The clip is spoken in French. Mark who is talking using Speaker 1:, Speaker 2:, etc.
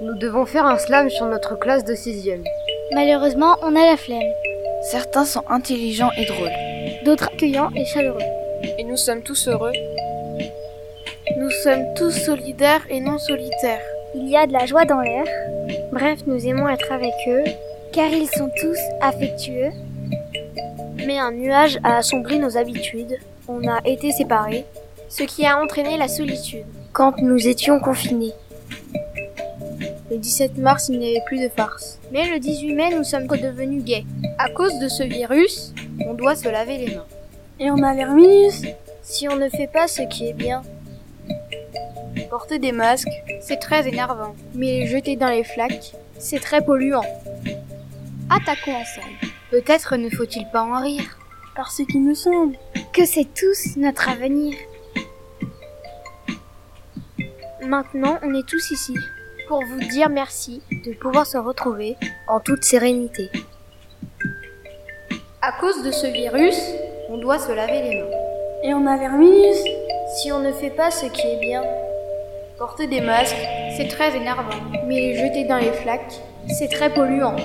Speaker 1: Nous devons faire un slam sur notre classe de 6ème.
Speaker 2: Malheureusement, on a la flemme.
Speaker 3: Certains sont intelligents et drôles.
Speaker 2: D'autres accueillants et chaleureux.
Speaker 4: Et nous sommes tous heureux.
Speaker 5: Nous sommes tous solidaires et non solitaires.
Speaker 2: Il y a de la joie dans l'air,
Speaker 1: Bref, nous aimons être avec eux.
Speaker 2: car ils sont tous affectueux.
Speaker 6: Mais un nuage a assombri nos habitudes. On a été séparés.
Speaker 5: Ce qui a entraîné la solitude.
Speaker 6: Quand nous étions confinés.
Speaker 5: Le 17 mars, il n'y avait plus de farce.
Speaker 2: Mais le 18 mai, nous sommes redevenus gays.
Speaker 5: À cause de ce virus, on doit se laver les mains.
Speaker 6: Et on a l'air minus. Si on ne fait pas ce qui est bien.
Speaker 3: Porter des masques,
Speaker 5: C'est très énervant. Mais les jeter dans les flaques, c'est très polluant.
Speaker 2: Attaquons ensemble.
Speaker 1: Peut-être ne faut-il pas en rire.
Speaker 3: par ce qui me semble.
Speaker 2: Que c'est tous notre avenir.
Speaker 6: Maintenant, on est tous ici pour vous dire merci de pouvoir se retrouver en toute sérénité.
Speaker 5: À cause de ce virus, on doit se laver les mains.
Speaker 3: Et on a l'air minus.
Speaker 6: Si on ne fait pas ce qui est bien,
Speaker 3: Porter des masques,
Speaker 5: C'est très énervant. Mais les jeter dans les flaques, c'est très polluant.